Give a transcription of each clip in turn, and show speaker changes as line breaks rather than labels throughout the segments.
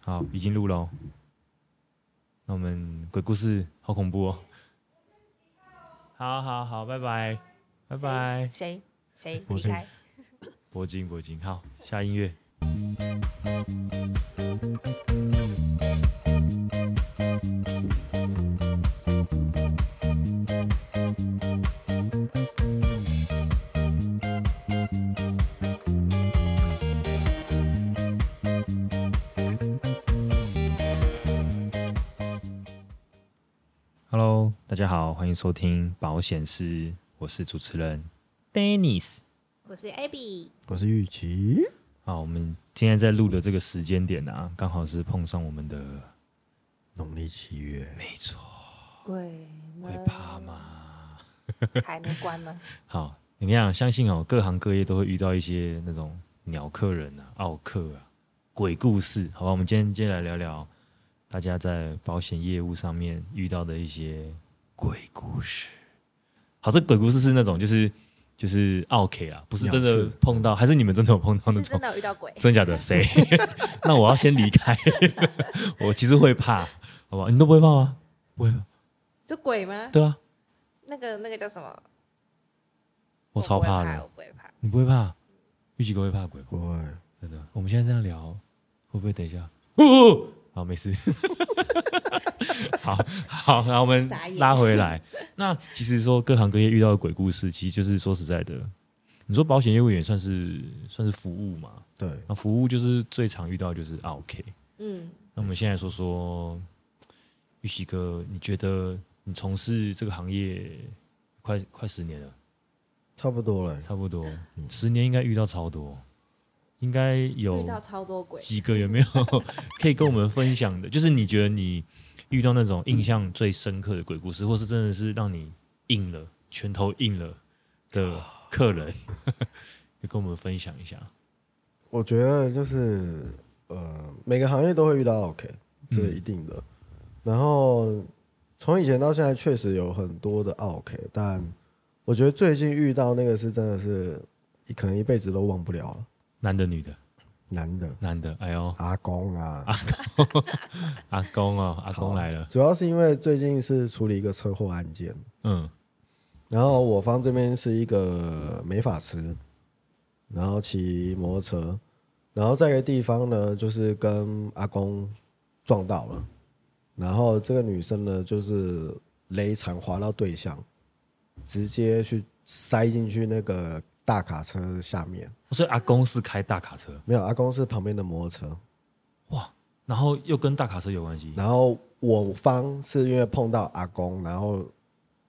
好，已经录了、哦。那我们鬼故事好恐怖哦。好好好，拜拜，拜拜。
谁谁
我
离
这
开？
铂金，铂金，好，下音乐。Hello，大家好，欢迎收听保险师，我是主持人 Dennis。
我是 Abby，
我是玉琪，
好，我们今天在录的这个时间点啊，刚好是碰上我们的，
农历七月，
没错，
鬼
会怕吗？
还没关吗？
好，你看啊，相信哦，各行各业都会遇到一些那种鸟客人啊、奥客啊、鬼故事，好吧？我们今天接下来聊聊大家在保险业务上面遇到的一些鬼故事。好，这鬼故事是那种就是就是奥 K 啦，不是真
鸟
的
事
碰到，还是你们真的有碰到那
是
种
真？的有遇到鬼？
真假的？谁？ 那我要先离开。 我其实会怕，好不好？你都不会怕吗？不会，啊
就鬼吗？
对啊，
那个那个叫什么？
我超
不会
怕
怕，
的
我。不会怕。
你不会怕？玉琪哥会怕鬼吧？
不会，
真的。我们现在这样聊，会不会等一下？哦，好，没事。 好好，那我们
傻眼
拉回来。那其实说各行各业遇到的鬼故事，其实就是说实在的，你说保险业务员算是算是服务嘛？
对，
那服务就是最常遇到的就是啊 OK。
嗯，
那我们现在说说，玉玺哥，你觉得你从事这个行业快快十年了，
差不多了，
差不多十年应该遇到超多，应该有
嗯遇到超多鬼。
几个有 没有可以跟我们分享的？就是你觉得你遇到那种印象最深刻的鬼故事，或是真的是让你硬了、拳头硬了的客人， 就跟我们分享一下。
我觉得就是呃，每个行业都会遇到 OK，这
嗯
一定的。然后从以前到现在，确实有很多的 OK，但我觉得最近遇到那个是真的是，可能一辈子都忘不了了。
男的、女的、
男的
男的，哎呦，
阿公啊，
阿公哦，阿公
好
来了，
主要是因为最近是处理一个车祸案件，
嗯，
然后我方这边是一个美发师，然后骑摩托车，然后在一个地方呢，就是跟阿公撞到了，然后这个女生呢就是雷惨滑到对向，直接去塞进去那个大卡车下面，
所以阿公是开大卡车，
没有阿公是旁边的摩托车，
哇，然后又跟大卡车有关系，
然后我方是因为碰到阿公，然后那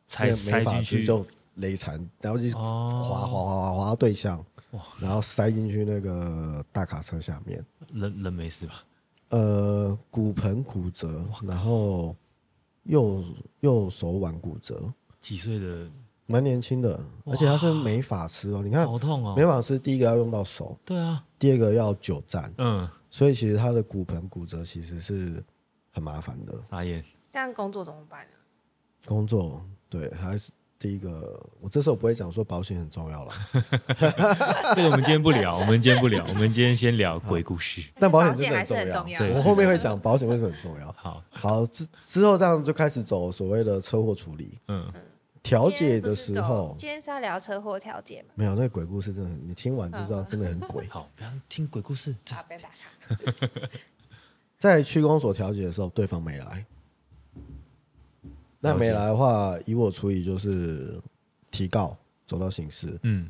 才
个
塞
美发
进
师
去
就雷残，然后就
哦
滑滑滑滑滑到对象
哇，
然后塞进去那个大卡车下面，
人人没事吧？
呃，骨盆骨折，然后右右手腕骨折，
几岁的
蛮年轻的，而且他是美发师哦，你看
好痛
美
哦，
发师第一个要用到手，
对啊，
第二个要久站，
嗯，
所以其实他的骨盆骨折其实是很麻烦的
傻眼，
这样工作怎么办啊？
工作，对，还是。第一个，我这时候不会讲说保险很重要了，
这个我们今天不 聊，我们今天不聊，我们今天先聊鬼故事。
但保险
保险
真的
还是很
很
重
重
要
要。
对
我
是
后面会讲保险为什么很重要。
好，
好，之之后这样就开始走所谓的车祸处理
嗯，
调
今
解
天不
的
是
时
走
候，
今天是要聊车祸调解嘛？
没有那个鬼故事真的很，你听完就
嗯
知道真的很 鬼。
好，不要听鬼故事。
好，不要打岔。
在区公所调解的时候，对方没来，那
了解
没来的话，以我处理就是提告走到刑事，
嗯，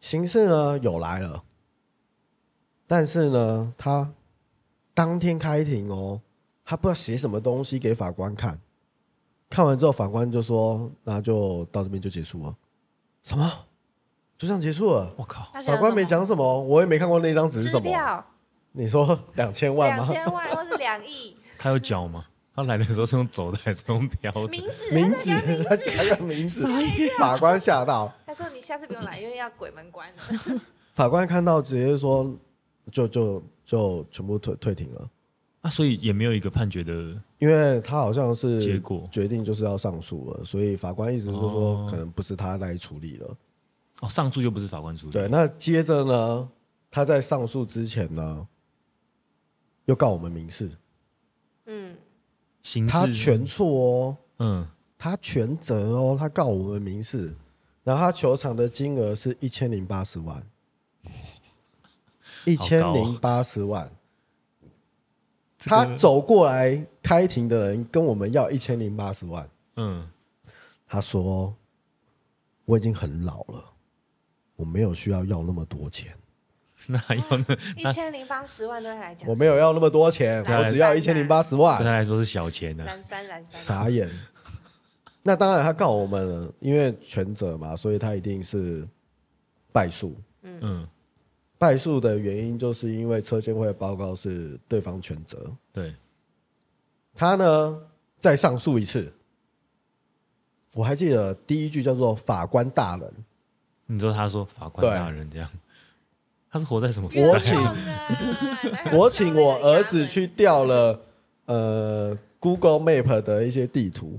刑事呢有来了，但是呢他当天开庭哦，他不知道写什么东西给法官看，看完之后法官就说那就到这边就结束了，什么就这样结束了？
我靠，
那想
法官没
什么
讲什么，我也没看过那张纸是
支
什么。
票
你说两千万
两
吗？
千万或是两 亿，
他有脚吗？他来的时候是用走的还是用飘 的？
名字
名
他
字
在讲名，
他讲个名字，法官吓到，
他说你下次不用来，因为要鬼门关了。
法官看到直接说就就就全部退退庭了。
啊，所以也没有一个判决的
因为他好像是
结果
决定就是要上诉了，所以法官一直就说
哦
可能不是他来处理了。
哦，上诉又不是法官处理。
对，那接着呢，他在上诉之前呢，又告我们民事，
嗯，
刑事
他全错哦，
嗯
他全责哦，他告我们民事，然后他球场的金额是一千零八十万，
啊
一千零八十万。
这个
他走过来开庭的人跟我们要一千零八十万，
嗯
他说我已经很老了，我没有需要要那么多钱，
哪有呢？
一千零八十万对他来讲，
我没有要那么多钱，
对啊
我只要一千零八十
对他
万，
来说是小钱啊呢、
蓝山蓝山，
傻眼。那当然，他告我们了，因为全责嘛，所以他一定是败诉。
嗯，
败诉的原因就是因为车监会的报告是对方全责，
对，
他呢再上诉一次。我还记得第一句叫做“法官大人
你知道他说法官
对
大人这样， 他是活在什么时代？
我请
越弄啊 哪”，有
我请
敲那
我
个
儿
闸
子
门
去调了呃 Google Map 的一些地图。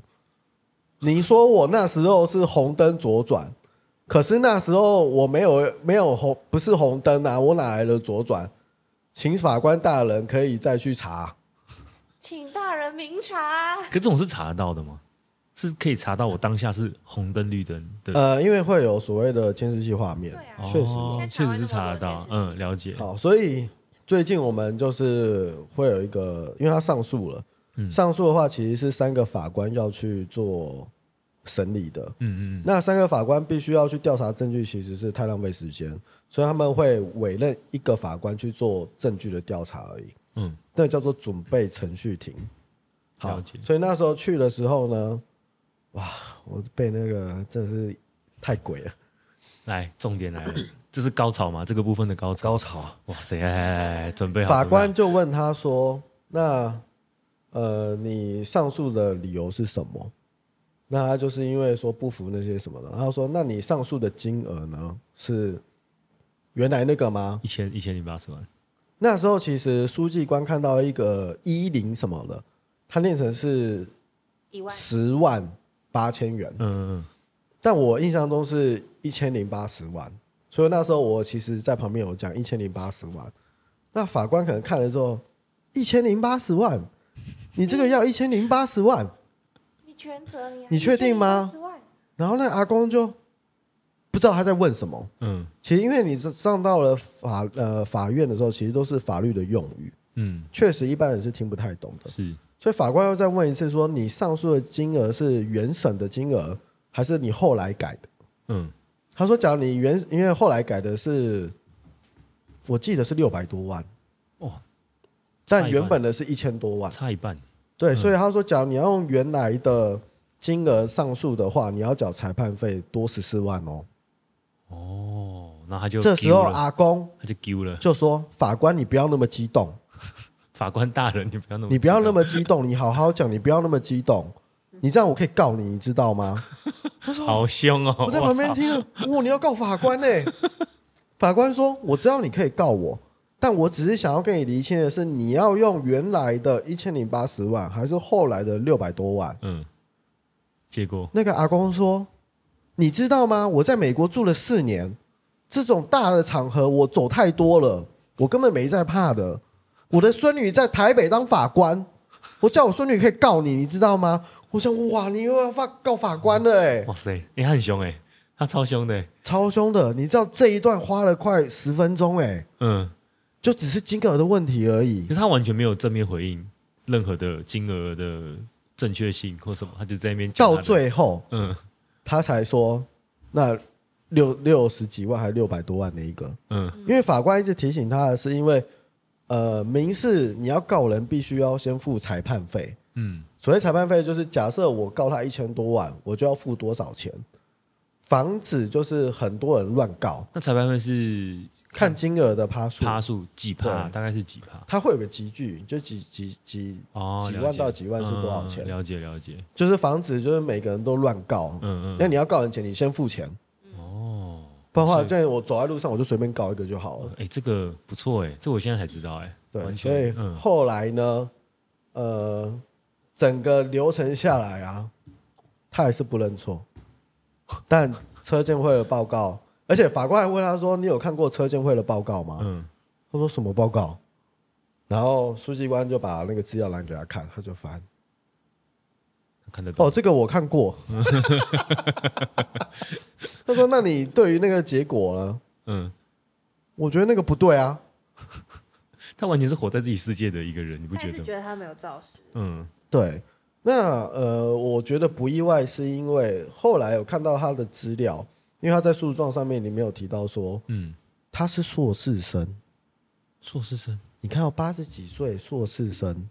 你说我那时候是红灯左转，可是那时候我没有没有红，不是红灯啊，我哪来的左转？请法官大人可以再去查。
请大人明察。
可这种是查得到的吗？是可以查到我当下是红灯绿灯的，
呃，因为会有所谓的监视器画面
对，啊，
确实
哦
现在
确
台
实
湾
是
那么多
查得到，
监视器
嗯，了解，
好，所以最近我们就是会有一个，因为他上诉了，
嗯
上诉的话其实是三个法官要去做审理的。
嗯嗯
那三个法官必须要去调查证据，其实是太浪费时间，所以他们会委任一个法官去做证据的调查而已，
嗯，
那叫做准备程序庭。好
了解，
所以那时候去的时候呢，哇，我被那个真的是太鬼了，
来，重点来了，这是高潮吗？这个部分的高潮，
高潮。啊
哇塞，哎哎哎准备好，
法
准备好
官就问他说：“那呃，你上诉的理由是什么？”那他就是因为说不服那些什么的，然后他说：“那你上诉的金额呢是原来那个吗
一千一千零八十万，？”
那时候其实书记官看到一个一零什么的，他念成是
一万，
十万八千元，
嗯嗯
但我印象中是一千零八十万，所以那时候我其实在旁边有讲一千零八十万。那法官可能看了之后，一千零八十万，你这个要一千零八十万，
你全责你啊，
你确定吗
1080万
然后那阿公就不知道他在问什么。
嗯
其实因为你上到了法呃法院的时候，其实都是法律的用语，
嗯，
确实一般人是听不太懂的。
是，
所以法官又再问一次说，你上诉的金额是原审的金额，还是你后来改的？
嗯
他说：“假如你原因为后来改的是，我记得是六百多万，
哇，差
但
一半
原本的是一千多万。
哦差一半，
对，所以他说，假如你要用原来的金额上诉的话，你要缴裁判费多十四万哦。
哦，那他就
这时候啊
丢了
阿公
他就丢了，
就说：法官，你不要那么激动，
法官大人，你不要那么，啊
你不要那么激动，你好好讲，你不要那么激动，你这样我可以告你，你知道吗？
好凶哦，
我在旁边
操，
听了，哇，你要告法官呢、欸法官说：“我知道你可以告我，但我只是想要跟你厘清的是，你要用原来的一千零八十万，还是后来的六百多万
嗯，结果？”
那个阿公说：“你知道吗？我在美国住了四年，这种大的场合我走太多了，我根本没在怕的。我的孙女在台北当法官，我叫我孙女可以告你，你知道吗？我想，哇，你又要发告法官了哎、
哇塞，欸、他很凶哎、他超凶的、欸，
超凶的。你知道这一段花了快十分钟，哎，
嗯，
就只是金额的问题而已
可。是他完全没有正面回应任何的金额的正确性或什么，他就在那边讲他
到
的，
最后，
嗯
他才说那六六十几万还是六百多万的一个，
嗯
因为法官一直提醒他的是，因为呃，民事你要告人，必须要先付裁判费。
嗯，
所谓裁判费，就是假设我告他一千多万，我就要付多少钱，防止就是很多人乱告，
那裁判会是
看金额的趴数，
趴数几趴，
对
大概是几趴？
它会有个集聚，就几几几
哦，
几
了
万
解
到几万是多少钱
嗯了解了解，
就是防止就是每个人都乱告。
嗯
那你要告人前，你先付钱，
嗯，哦，
不然的话，
所以
这样我走在路上我就随便告一个就好了。
哎、这个不错哎、这我现在才知道哎、
对，
完
所以
全嗯
后来呢，呃，整个流程下来啊，他还是不认错，但车建会的报告，而且法官还问他说：“你有看过车建会的报告吗
嗯，？”
他说：“什么报告？”然后书记官就把那个资料栏给他看，他就翻。
看得懂
哦，这个我看过。他说：“那你对于那个结果呢？
嗯，
我觉得那个不对啊。
他完全是活在自己世界的一个人，你不
他
觉
也是
得？
觉得他没有照实，
嗯
对，那呃，我觉得不意外，是因为后来有看到他的资料，因为他在诉状上面里面有提到说
嗯，
他是硕士生。
硕士生
你看、哦，我八十几岁硕士生，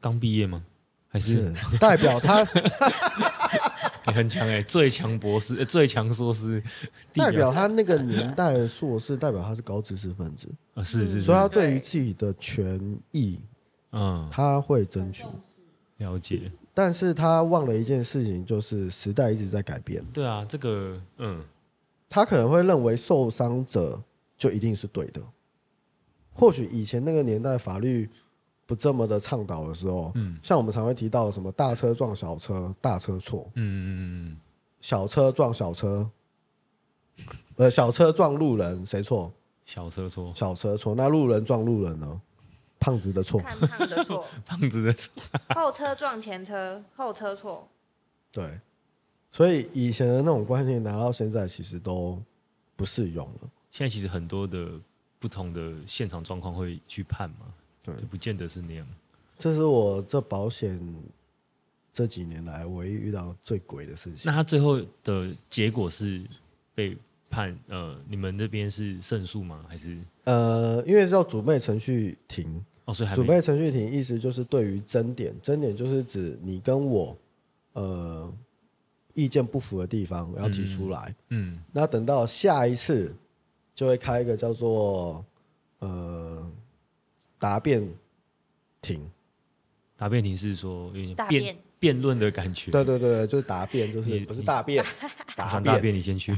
刚毕业吗？还是
是代表他
也很强哎、最强博士，呃最强硕士，地
代表他那个年代的硕士，代表他是高知识分子，
啊，是是是
所以，他对于自己的权益
嗯，
他会争取。
了解。
但是他忘了一件事情，就是时代一直在改变，
对啊，这个嗯，
他可能会认为受伤者就一定是对的。或许以前那个年代法律不这么的倡导的时候，
嗯
像我们常会提到什么大车撞小车，大车错，
嗯嗯嗯
小车撞小车，呃，小车撞路人谁错？
小车说
小车错，那路人撞路人呢？胖子的错，
看胖的 错，
胖子的错，
后车撞前车，后车错，
对，所以以前的那种观念拿到现在其实都不适用了。
现在其实很多的不同的现场状况会去判嘛，
对
就不见得是那样。
这是我这保险这几年来唯一遇到最鬼的事情
那。他最后的结果是被判呃，你们那边是胜诉吗？还是
呃，因为叫主备程序庭，
哦，所以还
主
没
备程序庭意思就是对于争点，争点就是指你跟我呃意见不符的地方，我要提出来。
嗯
那等到下一次就会开一个叫做呃答辩庭，
答辩庭是说有点
大
辩
便
辩论的感觉，
对对对，就是答辩，就是
你
不是
你
大 便，
我
答
想大
辩。
便你先去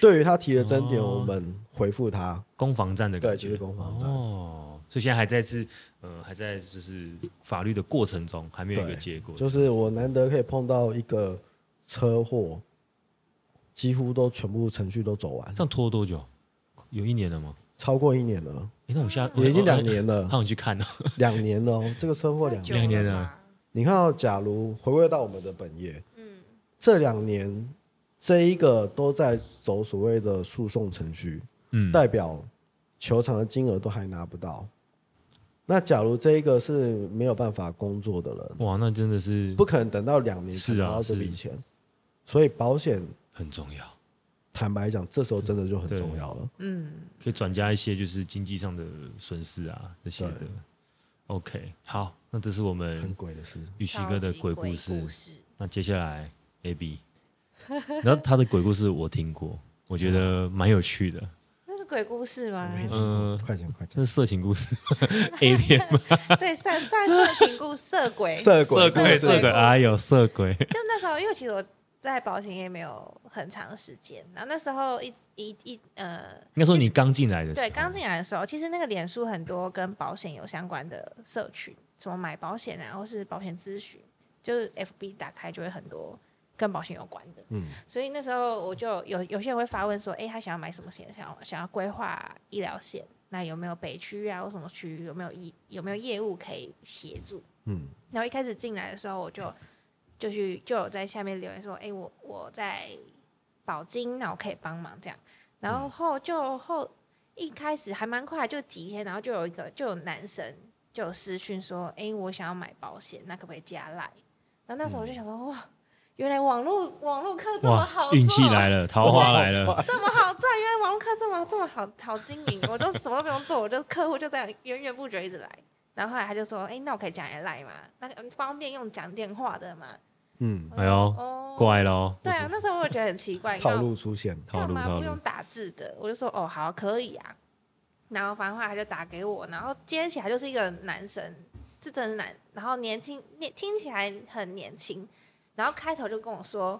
对于他提的争点，
哦
我们回复他。
攻防战的感觉，
对就是攻防战
哦，所以现在还在是呃还在就是法律的过程中，还没有一个
对
结果，
就是我难得可以碰到一个车祸，几乎都全部程序都走完
这，样拖多久？有一年了吗？
超过一年了，
诶那我下
也已经两，
我
年
我
了，
好想去哦 看哦。
两年了哦，这个车祸两
太久
两
年。
年
了
了
吧，
你看到，假如回归到我们的本业，
嗯，
这两年这一个都在走所谓的诉讼程序，
嗯，
代表球场的金额都还拿不到。那假如这一个是没有办法工作的人，
哇，那真的是
不可能等到两年才
是啊
拿到这
是
笔钱，所以保险
很重要，
坦白讲，这时候真的就很重要了。
嗯，
可以转嫁一些就是经济上的损失啊这些的
对。
OK，好，那这是我
很
们
鬼的事，
玉琪哥的
超级
鬼
故
故事。那接下来 A B，然后他的鬼故事我听过，我觉
嗯
得蛮有趣的，
那是鬼故事吗？
嗯
快讲快
这
讲，
是色情故 事 A 片吗？
对，算算色情 故色鬼，
色
色
鬼
鬼
色
色鬼，
鬼
哎呦色鬼，
就那时候，因为其实我在保险业没有很长时间，然后那时候一一一呃，
应该说你刚进来的时候，
对刚进来的时候，其实那个脸书很多跟保险有相关的社群，什么买保险啊，或是保险咨询，就是 FB 打开就会很多跟保险有关的。
嗯，
所以那时候我就有有些人会发问说，哎，他想要买什么险，想要想要规划医疗险，那有没有北区啊，或什么区域，有没有医有没有业务可以协助？
嗯，
然后一开始进来的时候，我就就去就有在下面留言说，哎、我我在保金，那我可以帮忙这样。然
嗯
后后就后一开始还蛮快，就几天，然后就有一个就有男生就有私讯说，哎、我想要买保险，那可不可以加赖？然后那时候我就想说，哇，原来网络网络课这么
嗯哇
好，
运气
做
来了，桃花来
这么好
了，
这么好赚，原来网络课这么这么好好经营，我都什么都不用做，我就客户就这样源源不绝一直来。然后后来他就说：“哎、那我可以讲你来嘛？那个方便用讲电话的嘛
嗯？”，
哎呦
哦
怪喽，
对啊，那时候我觉得很奇 怪，
套路出现，
套
干
路
嘛
套
不用
路，
打字的？我就说：“哦，好，可以啊。”然后反正后来他就打给我，然后接起来就是一个男生，是真的男，然后年轻，年听起来很年轻，然后开头就跟我说：“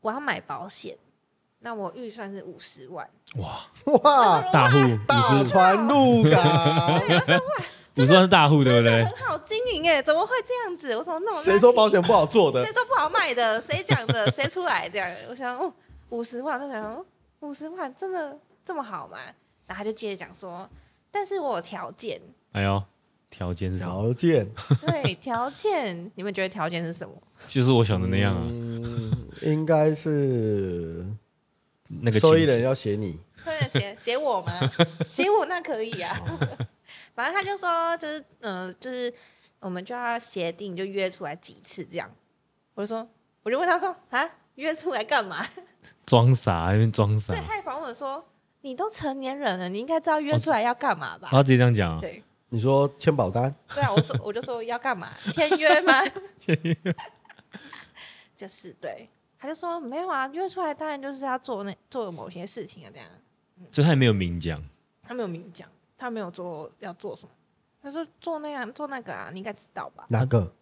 我要买保险，那我预算是五十万。”
哇，
哇，
大户
大
五十
船入港，
五十万是大户对不对？
很好经营哎，怎么会这样子？我怎么那么
谁说保
lucky？
险不好做的
谁？说不好卖的？谁讲的？谁出来这样？我想，哦，五十万，他想，哦 五十万真的这么好吗？然后他就接着讲说，但是我有条件，
哎呦，条件是什么？
条件
对，条件，你们觉得条件是什么？
就是我想的那样啊，
嗯应该是
那个
受益
情
人
景
要写你，
对，写写我吗？ 写我那可以啊。 反正他就说，就是嗯、呃就是我们就要协定，就约出来几次这样。我就说，我就问他说啊，约出来干嘛？
装傻，在那边装傻
对，，他也反问我说，你都成年人了，你应该知道约出来要干嘛吧？
他直接这样讲啊，
对
你说签保单，
对啊，我说我就说要干嘛？签约 吗？ 就是对，他就说没有啊，约出来当然就是要做那做某些事情啊，这样。
所以他也没有明讲，
他没有明讲，他没有做要做什么，他说做那样做那个啊，你应该知道吧？
哪个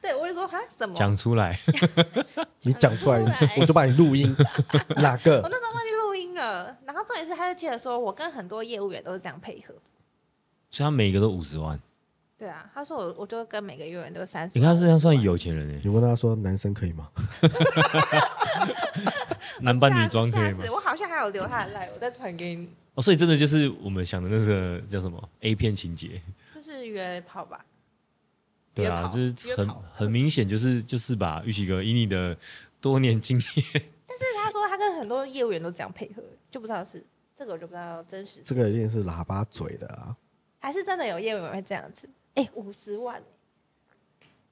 对，我就说哈什么？
讲出来，
你讲出来
讲出来，
我就把你录音， 哪
我
个？
那时候忘记录音了，然后重点是他就记得说，我跟很多业务员都是这样配合的。
所以他每个都五十万，
对啊，他说我我就跟每个业务员都三十。
你看他这样算有钱人欸
你问他说男生可以吗？
哎，男扮女装可以
下
吗
次？我好像还有留他的 line，我再传给你。
哦，所以真的就是我们想的那个叫什么 A 片情节，
就是约炮吧，
对啊，
约炮
就是
约
很
炮
很明显，就是就是吧，玉玺哥，以你的多年经验，
但是他说他跟很多业务员都这样配合，就不知道是这个，我就不知道真实
这个一定是喇叭嘴的啊！
还是真的有业务员会这样子。哎，五十万，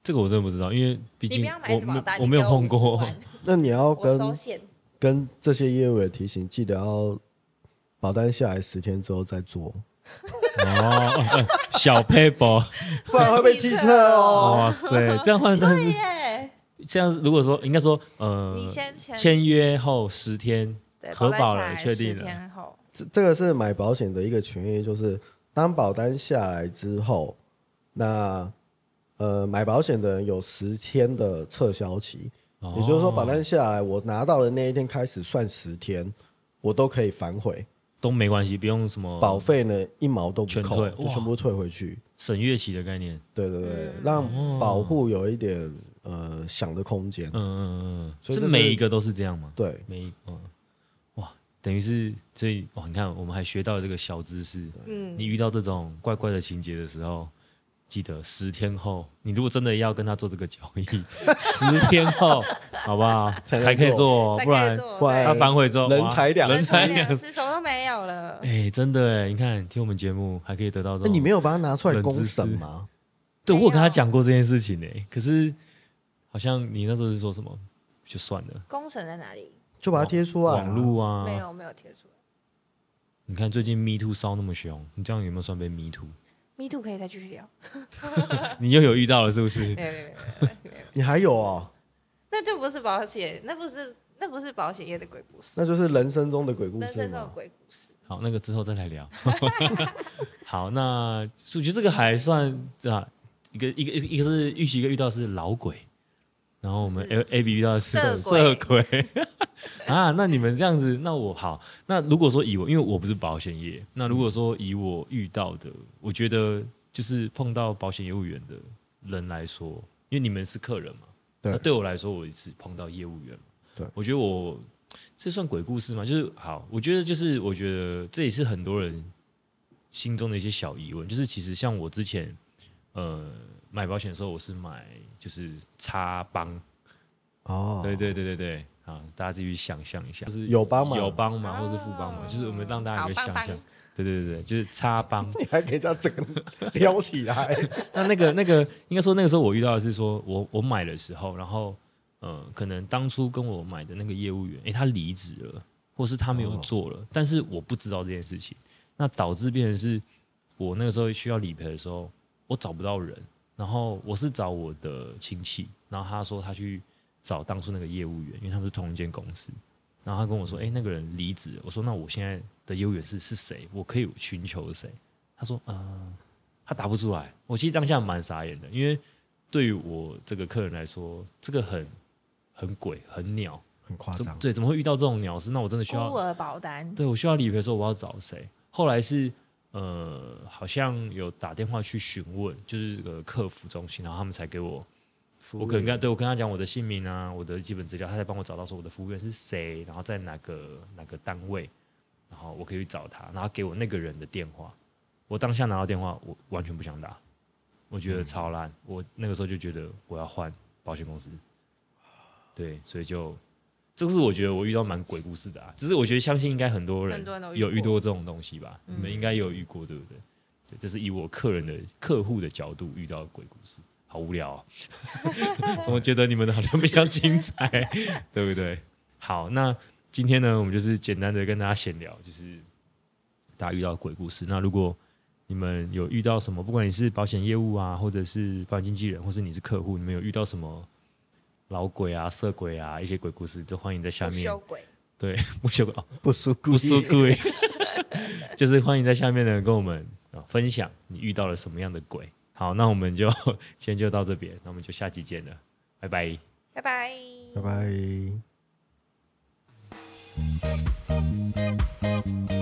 这个我真的不知道，因为毕
你不
竟
要买
我
什么
没
保单，
我没有
你给我
碰过
50，万
那你要
我
跟
收 现。
跟这些业务员提醒，记得要保单下来十天之后再做，
哦，小 paper，
不然会被汽车哦。
哇塞，这样换算是
耶，
这样，如果说应该说呃，
你先签
签约后十天，
对
核
保
保
单
了
下来
确
10
定了
天后，
这这个是买保险的一个权益，就是当保单下来之后，那呃买保险的人有十天的撤销期，也就是说
哦
保单下来，我拿到的那一天开始算十天，我都可以反悔，
都没关系，不用什么
保费呢一毛都不
全
扣，
退
就
哇
哦全部退回去。
省月期的概念，
对对对
嗯，
哦
让保护有一点呃想的空间
嗯。嗯嗯嗯，
所以
是
这是
每一个都是这样吗？
对，
每一嗯，哇，等于是所以哇，你看我们还学到这个小知识，
嗯，
你遇到这种怪怪的情节的时候，记得十天后，你如果真的要跟他做这个交 易，十天后，好不好？
才能
才可以做哦，
再
不
可
然
以做
不然
他
对
反悔之后，
人
哇
财两
人
失
财
两
两失。
失，什么都没有了。
哎，真的哎，你看听我们节目还可以得到这
那你没
种，
有啊把它拿出来
冷知
公审
识
吗？
对我有跟
没
他
有
讲过这件事情哎，可是好像你那时候是说什么？就算了，
公审在哪里？
就把它贴出来啊。
网路啊，
没有，没有贴出来。
你看最近 Me Too 烧那么凶，你这样有没有算被 Me Too？
Me too 可以再继续聊。
你又有遇到了是不是？
没有，没有，没有没有，没有。
你还有哦，
那就不是保险，那不是，那不是保险业的鬼故事
那，就是人生中的鬼故
人
事
生中的
嘛。
鬼故事。
好，那个之后再来聊。 好，那我觉得这个还算啊，一个一个一个一个是预期一个遇到的是老鬼，然后我们
是
A A B 遇到的是
色
鬼 啊。那你们这样子，那我好，那如果说以我，因为我不是保险业，那如果说以我遇到的，我觉得就是碰到保险业务员的人来说，因为你们是客人嘛，那
对
对我来说，我只碰到业务员嘛。
对
我觉得我这算鬼故事吗？就是好，我觉得就是我觉得这也是很多人心中的一些小疑问，就是其实像我之前呃买保险的时候，我是买就是插帮，
哦，
对对对对对。啊，大家自己去想象一下，就是
友邦嘛
友邦嘛，或是富邦嘛，
哦
就是我们让大家有个
好
想
邦
象
邦，
对对对对，就是插帮，
你还给人家整个撩起来，
那那个那个，应该说那个时候我遇到的是说我我买的时候，然后呃，可能当初跟我买的那个业务员，诶，他离职了，或是他没有
哦
做了，但是我不知道这件事情，那导致变成是我那个时候需要理赔的时候，我找不到人，然后我是找我的亲戚，然后他说他去找当初那个业务员，因为他们是同一间公司。然后他跟我说：“诶，那个人离职了。”我说：“那我现在的业务员是是谁？我可以寻求谁？”他说：“呃，他答不出来。我其实当下蛮傻眼的，因为对于我这个客人来说，这个很很鬼，很鸟，
很夸
怎
张。
对？怎么会遇到这种鸟事？那我真的需
孤
要，
儿保单，
对我需要理赔的时候，我要找谁？后来是呃，好像有打电话去询问，就是这个客服中心，然后他们才给我我可能跟他对我跟他讲我的姓名啊，我的基本资料，他才帮我找到说我的服务员是谁，然后在哪个哪个单位，然后我可以去找他，然后给我那个人的电话，我当下拿到电话，我完全不想打，我觉得超烂。我那个时候就觉得我要换保险公司，对，所以就这个是我觉得我遇到蛮鬼故事的啊。只是我觉得相信应该很多人
很多人都遇
有遇
过
过这种东西吧，你们应该也有遇过对不对？对，这是以我客人的客户的角度遇到的鬼故事，好无聊、啊， 怎么觉得你们的好像比较精彩， 对不对？好，那今天呢，我们就是简单的跟大家闲聊，就是大家遇到的鬼故事。那如果你们有遇到什么，不管你是保险业务啊，或者是保险经纪人，或是你是客户，你们有遇到什么老鬼啊、色鬼啊一些鬼故事，都欢迎在下
不
面
修鬼，
对不修哦，
不输
不
故
输鬼，就是欢迎在下面呢跟我们啊分享你遇到了什么样的鬼。好，那我们就 今天就到这边，那我们就下期见了，拜拜。
拜拜，
拜拜。
拜。